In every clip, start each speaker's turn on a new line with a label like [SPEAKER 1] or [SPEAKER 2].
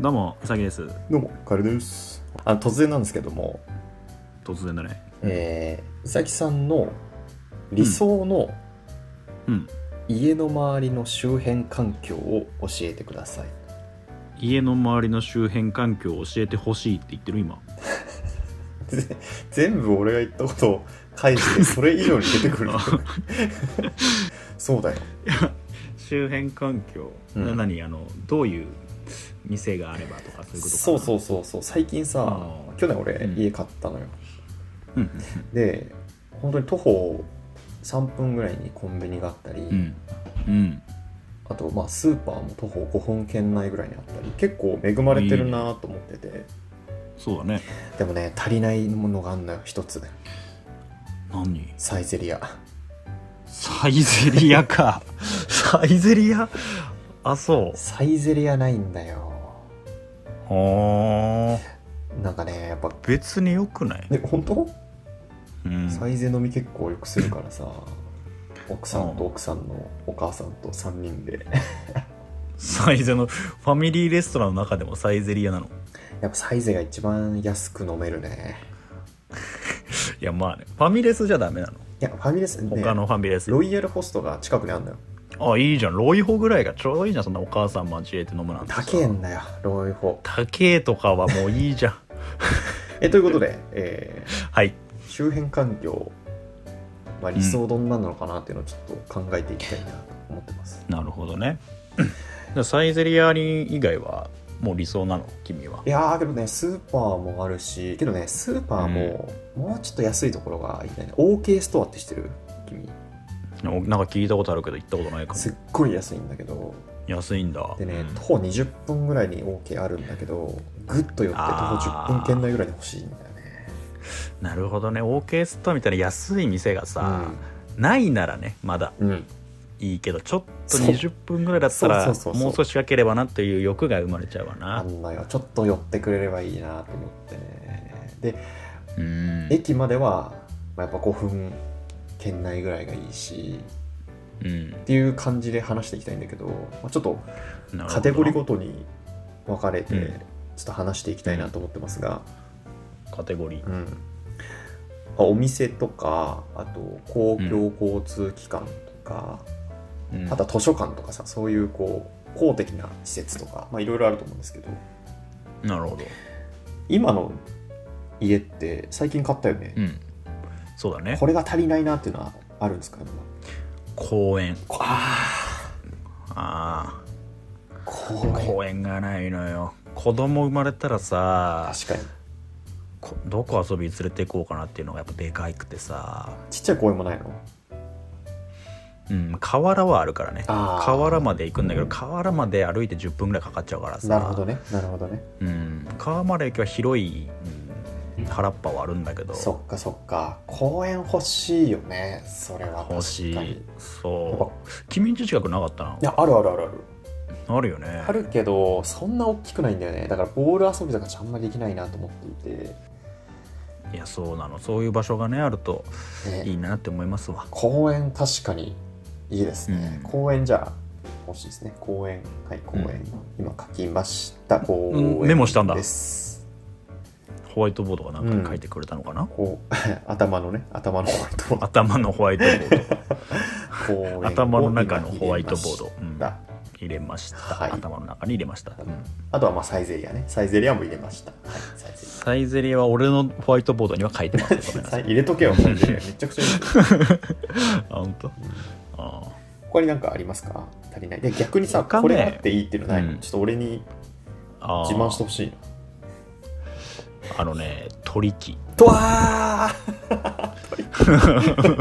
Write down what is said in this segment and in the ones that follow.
[SPEAKER 1] どうも、うさぎです。
[SPEAKER 2] どうも、カエルです。あの突然なんですけども、
[SPEAKER 1] 突然だね。
[SPEAKER 2] えー、うさぎさんの理想の
[SPEAKER 1] うん。
[SPEAKER 2] 家の周りの周辺環境を教えてください。
[SPEAKER 1] 家の周りの周辺環境を教えてほしいって言ってる今。
[SPEAKER 2] ぜ 全部俺が言ったことを返して、それ以上に出て くる
[SPEAKER 1] あ。
[SPEAKER 2] そうだよ。
[SPEAKER 1] 周辺環境、
[SPEAKER 2] うん
[SPEAKER 1] な何あの、どういう店があればとかそういうことかな。
[SPEAKER 2] そうそうそうそう、最近さ
[SPEAKER 1] あ、ー
[SPEAKER 2] 去年俺
[SPEAKER 1] うん
[SPEAKER 2] 家買ったのよ。
[SPEAKER 1] うん。
[SPEAKER 2] で、本当に徒歩3分ぐらいにコンビニがあったり、
[SPEAKER 1] うん。うん。
[SPEAKER 2] あとまあスーパーも徒歩5分圏内ぐらいにあったり、結構恵まれてるなと思ってて。
[SPEAKER 1] そうだね。
[SPEAKER 2] でもね足りないものがあんのよ一つ
[SPEAKER 1] 何
[SPEAKER 2] サイゼリア
[SPEAKER 1] サイゼリア か。サイゼリアあ、そ
[SPEAKER 2] サイゼリアないんだよ
[SPEAKER 1] う。あ
[SPEAKER 2] なんかねやっぱ
[SPEAKER 1] 別に良くない、
[SPEAKER 2] ね本当、
[SPEAKER 1] うん、
[SPEAKER 2] サイゼ飲み結構よくするからさ奥さんと奥さんのお母さんと3人で
[SPEAKER 1] サイゼのファミリーレストランの中でもサイゼリアなの
[SPEAKER 2] やっぱサイゼが一番安く飲めるね
[SPEAKER 1] いやまあねファミレスじゃダメなの
[SPEAKER 2] いやファミレスね
[SPEAKER 1] 他のファミレスより
[SPEAKER 2] ロイヤルホストが近くにあんのよ
[SPEAKER 1] あいいじゃんロイホぐらいがちょうどいいじゃんそんなお母さん交えて飲むなんてさ
[SPEAKER 2] 高えんだよロイホ
[SPEAKER 1] 高えとかはもういいじゃん
[SPEAKER 2] えということで、え
[SPEAKER 1] はい
[SPEAKER 2] ー周辺環境、まあ、理想どんなのかなっていうのをちょっと考えていきたいなと思ってます、
[SPEAKER 1] なるほど ねじゃあサイゼリアに以外はもう理想なの君はい
[SPEAKER 2] やーけどねスーパーもあるしけどねスーパーも、もうちょっと安いところがいいんだよね OK ストアってしてる君
[SPEAKER 1] おなんか聞いたことあるけど行ったことないかも
[SPEAKER 2] すっごい安いんだけど
[SPEAKER 1] 安いんだ
[SPEAKER 2] でね
[SPEAKER 1] うん
[SPEAKER 2] 徒歩20分ぐらいに OK あるんだけどぐっと寄って徒歩
[SPEAKER 1] あー
[SPEAKER 2] 10分圏内ぐらいに欲しいんだよね
[SPEAKER 1] なるほどね OK ストアみたいな安い店がさ、ないならねまだ
[SPEAKER 2] うん、うん
[SPEAKER 1] いいけどちょっと
[SPEAKER 2] そう
[SPEAKER 1] 20分ぐらいだったら
[SPEAKER 2] そうそうそうそう
[SPEAKER 1] もう少しかければなっていう欲が生まれちゃうわ
[SPEAKER 2] あ
[SPEAKER 1] なん
[SPEAKER 2] のよちょっと寄ってくれればいいなと思ってねで
[SPEAKER 1] うん
[SPEAKER 2] 駅までは、まあ、やっぱ5分圏内ぐらいがいいし
[SPEAKER 1] うん
[SPEAKER 2] っていう感じで話していきたいんだけど、まあ、ちょっと
[SPEAKER 1] なるほど
[SPEAKER 2] カテゴリーごとに分かれて、
[SPEAKER 1] うん
[SPEAKER 2] ちょっと話していきたいなと思ってますが、
[SPEAKER 1] カテゴリー
[SPEAKER 2] うんまあお店とかあと公共交通機関とか、
[SPEAKER 1] うん
[SPEAKER 2] あとは図書館とかさそういうこう公的な施設とかまあいろいろあると思うんですけど
[SPEAKER 1] なるほど
[SPEAKER 2] 今の家って最近買ったよね、
[SPEAKER 1] うんそうだね
[SPEAKER 2] これが足りないなっていうのはあるんですか今
[SPEAKER 1] 公園
[SPEAKER 2] こあ
[SPEAKER 1] あ
[SPEAKER 2] あ
[SPEAKER 1] あ
[SPEAKER 2] こ
[SPEAKER 1] 公園がないのよ子供生まれたらさ
[SPEAKER 2] 確かに
[SPEAKER 1] こどこ遊びに連れて行こうかなっていうのがやっぱでかいくてさ、
[SPEAKER 2] ちっちゃい公園もないの
[SPEAKER 1] うん、河原はあるからね
[SPEAKER 2] あー
[SPEAKER 1] 河原まで行くんだけど河原まで歩いて10分ぐらいかかっちゃうからさ
[SPEAKER 2] なるほどねなるほどね
[SPEAKER 1] うん、川まで駅は広い、うん、原っぱはあるんだけど
[SPEAKER 2] そっかそっか公園欲しいよねそれは確かに
[SPEAKER 1] 欲しい
[SPEAKER 2] やっぱ
[SPEAKER 1] そう君んち近くなかったない
[SPEAKER 2] やあるあるあるある
[SPEAKER 1] あるよね
[SPEAKER 2] あるけどそんな大きくないんだよねだからボール遊びとかちょっとあんまりできないなと思ってい
[SPEAKER 1] いやそうなのそういう場所がねあると
[SPEAKER 2] て、ね
[SPEAKER 1] いいなって思いますわ
[SPEAKER 2] 公園確かにいいですね、
[SPEAKER 1] うん
[SPEAKER 2] 公園じゃあ欲しいですね公園はい公園、今書きました公園、
[SPEAKER 1] うんメモしたんだ
[SPEAKER 2] です
[SPEAKER 1] ホワイトボードがなんか書いてくれたのかな、
[SPEAKER 2] こう 頭のね頭のホワイトボード
[SPEAKER 1] 頭のホワイトボー
[SPEAKER 2] 公園を
[SPEAKER 1] ド
[SPEAKER 2] 今
[SPEAKER 1] 頭の中のホワイトボード
[SPEAKER 2] 入れまし、
[SPEAKER 1] うん
[SPEAKER 2] た
[SPEAKER 1] 入れました、
[SPEAKER 2] はい
[SPEAKER 1] 頭の中に入れました、うん
[SPEAKER 2] あとはまあサイゼリアねサイゼリアも入れました、はい、サイゼリア
[SPEAKER 1] サイゼリアは俺のホワイトボードには書いてます ごめんなさい
[SPEAKER 2] 入れとけよ、サイゼリアめちゃくちゃいい。
[SPEAKER 1] あ本当ああ
[SPEAKER 2] 他になんかありますか足りない。で、逆にさ、
[SPEAKER 1] 他ね
[SPEAKER 2] これがあっていいっていうのないの、
[SPEAKER 1] うん
[SPEAKER 2] ちょっと俺に
[SPEAKER 1] ああ
[SPEAKER 2] 自慢してほしいな。
[SPEAKER 1] あのね取り木
[SPEAKER 2] とわ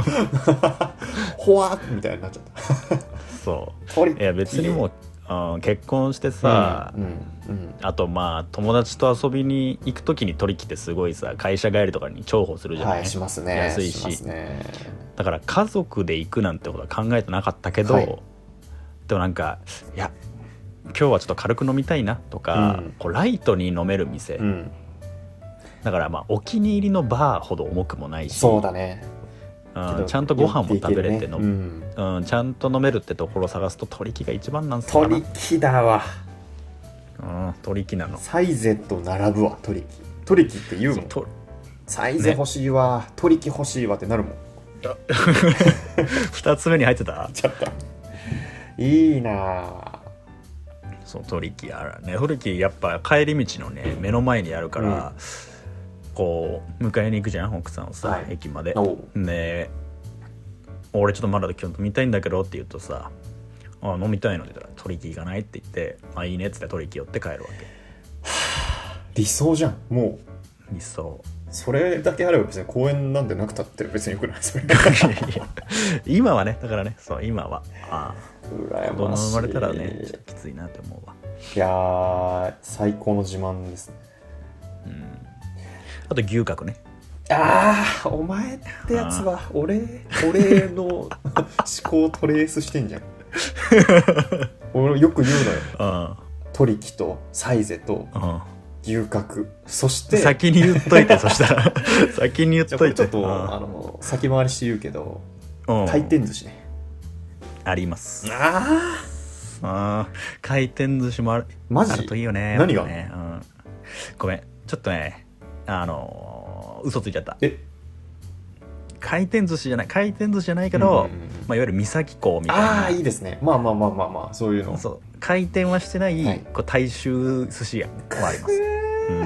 [SPEAKER 2] ーほわーみたいになっちゃった。
[SPEAKER 1] そ
[SPEAKER 2] これ
[SPEAKER 1] ういや別にもう、あー結婚してさ、
[SPEAKER 2] うん、うん、
[SPEAKER 1] あとまあ友達と遊びに行く時に取り木ってすごいさ会社帰りとかに重宝する
[SPEAKER 2] う
[SPEAKER 1] じ
[SPEAKER 2] ん。
[SPEAKER 1] ゃない、
[SPEAKER 2] はい、しますね。
[SPEAKER 1] 安いし
[SPEAKER 2] ますね。
[SPEAKER 1] だから家族で行くなんてことは考えてなかったけど、
[SPEAKER 2] はい
[SPEAKER 1] でもなんかいや今日はちょっと軽く飲みたいなとか、
[SPEAKER 2] うん
[SPEAKER 1] こうライトに飲める店、
[SPEAKER 2] うん、
[SPEAKER 1] だからまあお気に入りのバーほど重くもないし、
[SPEAKER 2] そうだね。
[SPEAKER 1] うん
[SPEAKER 2] けど
[SPEAKER 1] ちゃんとご飯も食べれ
[SPEAKER 2] やって
[SPEAKER 1] て
[SPEAKER 2] い
[SPEAKER 1] 飲
[SPEAKER 2] けるね
[SPEAKER 1] む、うんちゃんと飲めるってところを探すと取り木が一番なんすかな
[SPEAKER 2] うん。鳥木だわ。
[SPEAKER 1] ううん、取り木なの
[SPEAKER 2] サイゼと並ぶわトリキトリキって言うもん
[SPEAKER 1] と
[SPEAKER 2] サイゼ欲しいわ、トリキ欲しいわってなるもん
[SPEAKER 1] 二つ目に入ってた
[SPEAKER 2] ちゃったいいな
[SPEAKER 1] そうトリキやらねトリキやっぱ帰り道のね目の前にあるから、こう迎えに行くじゃん奥さんをさ、
[SPEAKER 2] はい
[SPEAKER 1] 駅まで
[SPEAKER 2] おう
[SPEAKER 1] で俺ちょっとまだ今日飲みたいんだけどって言うとさ「あ飲みたいの」って言ったら「トリキ行かない?」って言って「あいいね」っつってトリキ寄って帰るわけ
[SPEAKER 2] 理想じゃんもう
[SPEAKER 1] 理想
[SPEAKER 2] それだけあれば別に公園なんてなくたって別によくない それ
[SPEAKER 1] 今はねだからねそう今はああ
[SPEAKER 2] 羨
[SPEAKER 1] 子供
[SPEAKER 2] ましい
[SPEAKER 1] 生まれたらねちょっときついなって思うわ
[SPEAKER 2] いやー最高の自慢ですね
[SPEAKER 1] うんあと牛角ね
[SPEAKER 2] ああお前ってやつは俺俺 の思考をトレースしてん じゃん俺よく言うのよ
[SPEAKER 1] うん
[SPEAKER 2] トリキとサイゼと
[SPEAKER 1] うん
[SPEAKER 2] 牛角そして
[SPEAKER 1] 先に言っとい てそしたら先に言っ
[SPEAKER 2] じゃあことれ
[SPEAKER 1] い
[SPEAKER 2] ち
[SPEAKER 1] て
[SPEAKER 2] ょっとあの先回りして言うけど
[SPEAKER 1] うんうん
[SPEAKER 2] 回転寿司ね
[SPEAKER 1] あります
[SPEAKER 2] ああ
[SPEAKER 1] あー回転寿司もある
[SPEAKER 2] マジ
[SPEAKER 1] あるといいよね
[SPEAKER 2] 何
[SPEAKER 1] や
[SPEAKER 2] が
[SPEAKER 1] っぱねうん、ごめんちょっとねあのー嘘ついちゃった
[SPEAKER 2] え
[SPEAKER 1] 回転寿司じゃない回転寿司じゃないけど、
[SPEAKER 2] うんうんうん
[SPEAKER 1] まあ、いわゆる三崎港みたい
[SPEAKER 2] あ
[SPEAKER 1] な
[SPEAKER 2] あいいですねまあまあまあまあまあそういうの
[SPEAKER 1] そう回転はしてない、
[SPEAKER 2] はい
[SPEAKER 1] こう大衆寿司屋はあり ます、うん、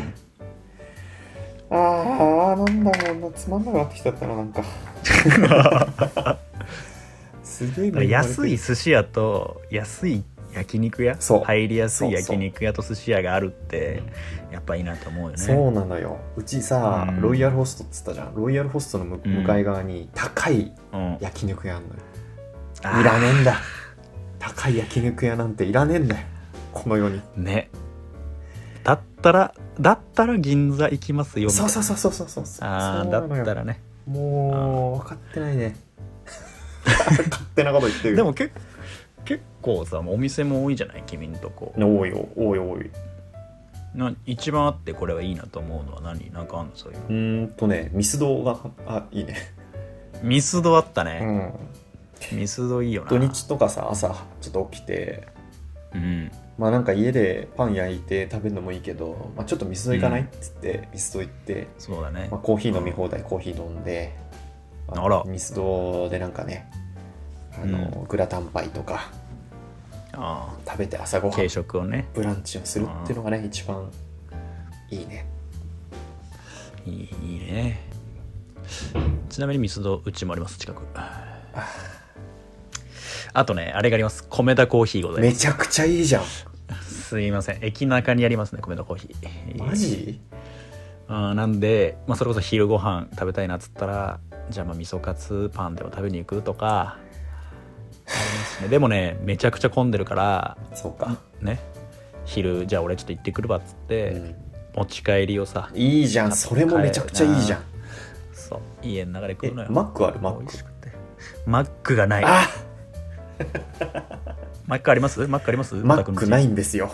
[SPEAKER 2] あーあーなんだろうなつまんなくなってきちゃったななんか すげえ
[SPEAKER 1] だから安い寿司屋と安い焼肉屋
[SPEAKER 2] そう
[SPEAKER 1] 入りやすい
[SPEAKER 2] そうそう
[SPEAKER 1] 焼肉屋と寿司屋があるってやっぱいいなと思うよね
[SPEAKER 2] そうなのようちさ、
[SPEAKER 1] うん
[SPEAKER 2] ロイヤルホストっつったじゃんロイヤルホストの向,、
[SPEAKER 1] うん
[SPEAKER 2] 向かい側に高い
[SPEAKER 1] うん、あ
[SPEAKER 2] 焼肉屋あんのよ
[SPEAKER 1] ー
[SPEAKER 2] いらねえんだ高い焼肉屋なんていらねえんだよこの世に
[SPEAKER 1] ねだったらだったら銀座行きますよみたい
[SPEAKER 2] そ
[SPEAKER 1] な
[SPEAKER 2] うそうそうそうそうそうそう
[SPEAKER 1] ああ
[SPEAKER 2] そう
[SPEAKER 1] だ
[SPEAKER 2] なのよ
[SPEAKER 1] ったらね
[SPEAKER 2] もう分かってない ね勝手なこと言ってる
[SPEAKER 1] でも結結構さお店も多いじゃない君んとこ
[SPEAKER 2] 多いよ多い多い
[SPEAKER 1] な一番あってこれはいいなと思うのは何なんかあんのそういうの
[SPEAKER 2] うーんとねミスドがあいいね、
[SPEAKER 1] ミスドあった
[SPEAKER 2] う
[SPEAKER 1] ね、
[SPEAKER 2] ん、
[SPEAKER 1] ミスドいいよな
[SPEAKER 2] 土日とかさ朝ちょっと起きて
[SPEAKER 1] うん
[SPEAKER 2] まあなんか家でパン焼いて食べるのもいいけど、まあ、ちょっとミスド行かないっつってミスド行って、
[SPEAKER 1] そうだね
[SPEAKER 2] まあ、コーヒー飲み放題コーヒー飲んで、ま
[SPEAKER 1] あら
[SPEAKER 2] ミスドでなんかねあの、グラタンパイとか
[SPEAKER 1] あ
[SPEAKER 2] 食べて朝ご
[SPEAKER 1] あ
[SPEAKER 2] はん
[SPEAKER 1] 軽食をね
[SPEAKER 2] ブランチをするっていうのがね一番いいね
[SPEAKER 1] いいいいねちなみにミスドうちもあります近くあとねあれがあります米田コーヒーございます
[SPEAKER 2] めちゃくちゃいいじゃん
[SPEAKER 1] すいません駅中にありますね米田コーヒー
[SPEAKER 2] マジ
[SPEAKER 1] あーなんで、まあ、それこそ昼ご飯食べたいなっつったらじゃあまあ味噌カツパンでも食べに行くとかありますねでもねめちゃくちゃ混んでるから
[SPEAKER 2] そうか、
[SPEAKER 1] ね昼じゃあ俺ちょっと行ってくるわっつって、
[SPEAKER 2] うん
[SPEAKER 1] 持ち帰りをさ
[SPEAKER 2] いいじゃんそれもめちゃくちゃいいじゃん
[SPEAKER 1] そう家の中で食
[SPEAKER 2] え
[SPEAKER 1] うのよ
[SPEAKER 2] マックあるマッ
[SPEAKER 1] 美味
[SPEAKER 2] ク
[SPEAKER 1] しくてマックがない
[SPEAKER 2] あ
[SPEAKER 1] マックありますマックあります
[SPEAKER 2] マックないいんですよ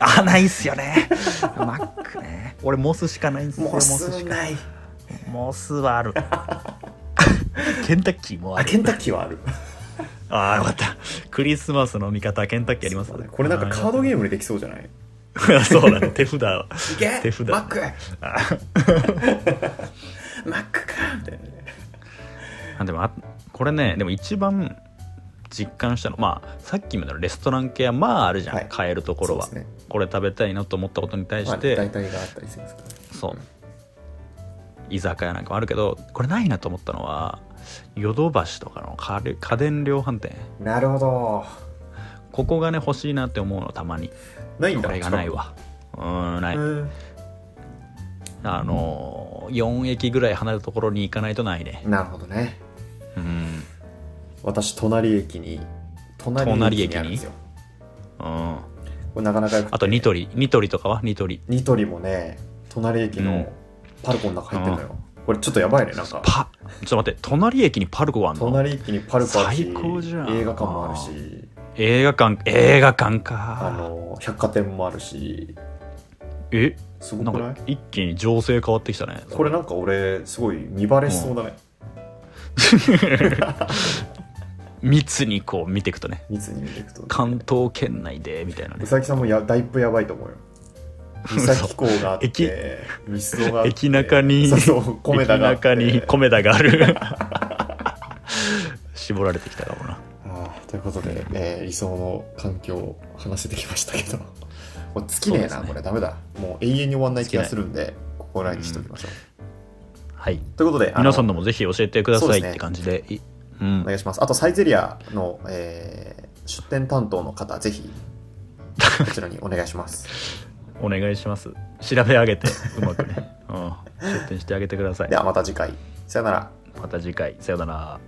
[SPEAKER 1] あないっすよねマックね俺モスしかないんですよ
[SPEAKER 2] もうす
[SPEAKER 1] モスし
[SPEAKER 2] ぐ
[SPEAKER 1] か
[SPEAKER 2] ない
[SPEAKER 1] モスはあるケンタッキーもあ
[SPEAKER 2] あ
[SPEAKER 1] る
[SPEAKER 2] ケンタッキーはある
[SPEAKER 1] ああ、よかった。クリスマスの味方、ケンタッキーあります
[SPEAKER 2] そうだねこれなんかカードゲームでできそうじゃない
[SPEAKER 1] ーム。そうだね、手札は。
[SPEAKER 2] いけ
[SPEAKER 1] 手札
[SPEAKER 2] マック
[SPEAKER 1] あ
[SPEAKER 2] マックかみたいなね
[SPEAKER 1] でもあ、これね、でも一番実感したの、まあ、さっきまでのレストラン系は、まああるじゃん、
[SPEAKER 2] はい
[SPEAKER 1] 買えるところは、
[SPEAKER 2] そうですね
[SPEAKER 1] これ食べたいなと思ったことに対
[SPEAKER 2] まあ
[SPEAKER 1] して、
[SPEAKER 2] 大体があったりしますからね
[SPEAKER 1] そう。居酒屋なんかもあるけど、これないなと思ったのは、ヨドバシとかの家電家電量販店。
[SPEAKER 2] なるほど
[SPEAKER 1] ここがね、欲しいなって思うの、たまに。
[SPEAKER 2] ないんだ
[SPEAKER 1] これがないわ。うーん、ない。
[SPEAKER 2] うん
[SPEAKER 1] あのー、4駅ぐらい離れたところに行かないとないね。
[SPEAKER 2] なるほどね
[SPEAKER 1] うん。
[SPEAKER 2] 私隣駅に
[SPEAKER 1] 隣
[SPEAKER 2] 隣
[SPEAKER 1] 駅に
[SPEAKER 2] 駅にあるんですよ
[SPEAKER 1] うん。
[SPEAKER 2] これなかなかよくて
[SPEAKER 1] あとニトリ、ニトリとかはニトリ。
[SPEAKER 2] ニトリもね隣駅
[SPEAKER 1] うん
[SPEAKER 2] のパルコの中入ってんのよ、これちょっとやばいねなんか
[SPEAKER 1] パ、ちょっと待って、隣駅にパルコがあんの
[SPEAKER 2] 隣駅にパルコある
[SPEAKER 1] 最
[SPEAKER 2] し
[SPEAKER 1] 高じゃん
[SPEAKER 2] 映画館もあるし
[SPEAKER 1] 映画館、映画館
[SPEAKER 2] あ
[SPEAKER 1] か。
[SPEAKER 2] の百貨店もあるし
[SPEAKER 1] え、
[SPEAKER 2] すご
[SPEAKER 1] な
[SPEAKER 2] くなんい
[SPEAKER 1] か一気に情勢変わってきたね。
[SPEAKER 2] これなんか俺すごい見バレしそうだね、
[SPEAKER 1] 密にこう見ていくとね
[SPEAKER 2] 密に見ていくと
[SPEAKER 1] 関東圏内でみたいな
[SPEAKER 2] う
[SPEAKER 1] ね
[SPEAKER 2] さぎさんもやだいぶやばいと思うよ三崎港があっ
[SPEAKER 1] 駅
[SPEAKER 2] てミスドがあって
[SPEAKER 1] 駅中に
[SPEAKER 2] そうそう米田があって
[SPEAKER 1] 駅中に米田があ る絞られてきたかもな
[SPEAKER 2] あーということで、えー理想の環境を話してきましたけど もう尽きね
[SPEAKER 1] そうで
[SPEAKER 2] えな、
[SPEAKER 1] すね
[SPEAKER 2] これダメだもう永遠に終わんない気
[SPEAKER 1] 尽き
[SPEAKER 2] が
[SPEAKER 1] ない
[SPEAKER 2] するんでここぐらいにしておきましょう、
[SPEAKER 1] はい
[SPEAKER 2] ということであの
[SPEAKER 1] 皆さんのもぜひ教えてください
[SPEAKER 2] そうです
[SPEAKER 1] っ
[SPEAKER 2] ね
[SPEAKER 1] て感じでいうん
[SPEAKER 2] お願いしますあとサイゼリアの、えー出店担当の方ぜひこちらにお願いします
[SPEAKER 1] お願いします調べ上げてうまくね、うん、出店してあげてください
[SPEAKER 2] ではまた次回さよなら
[SPEAKER 1] また次回さようなら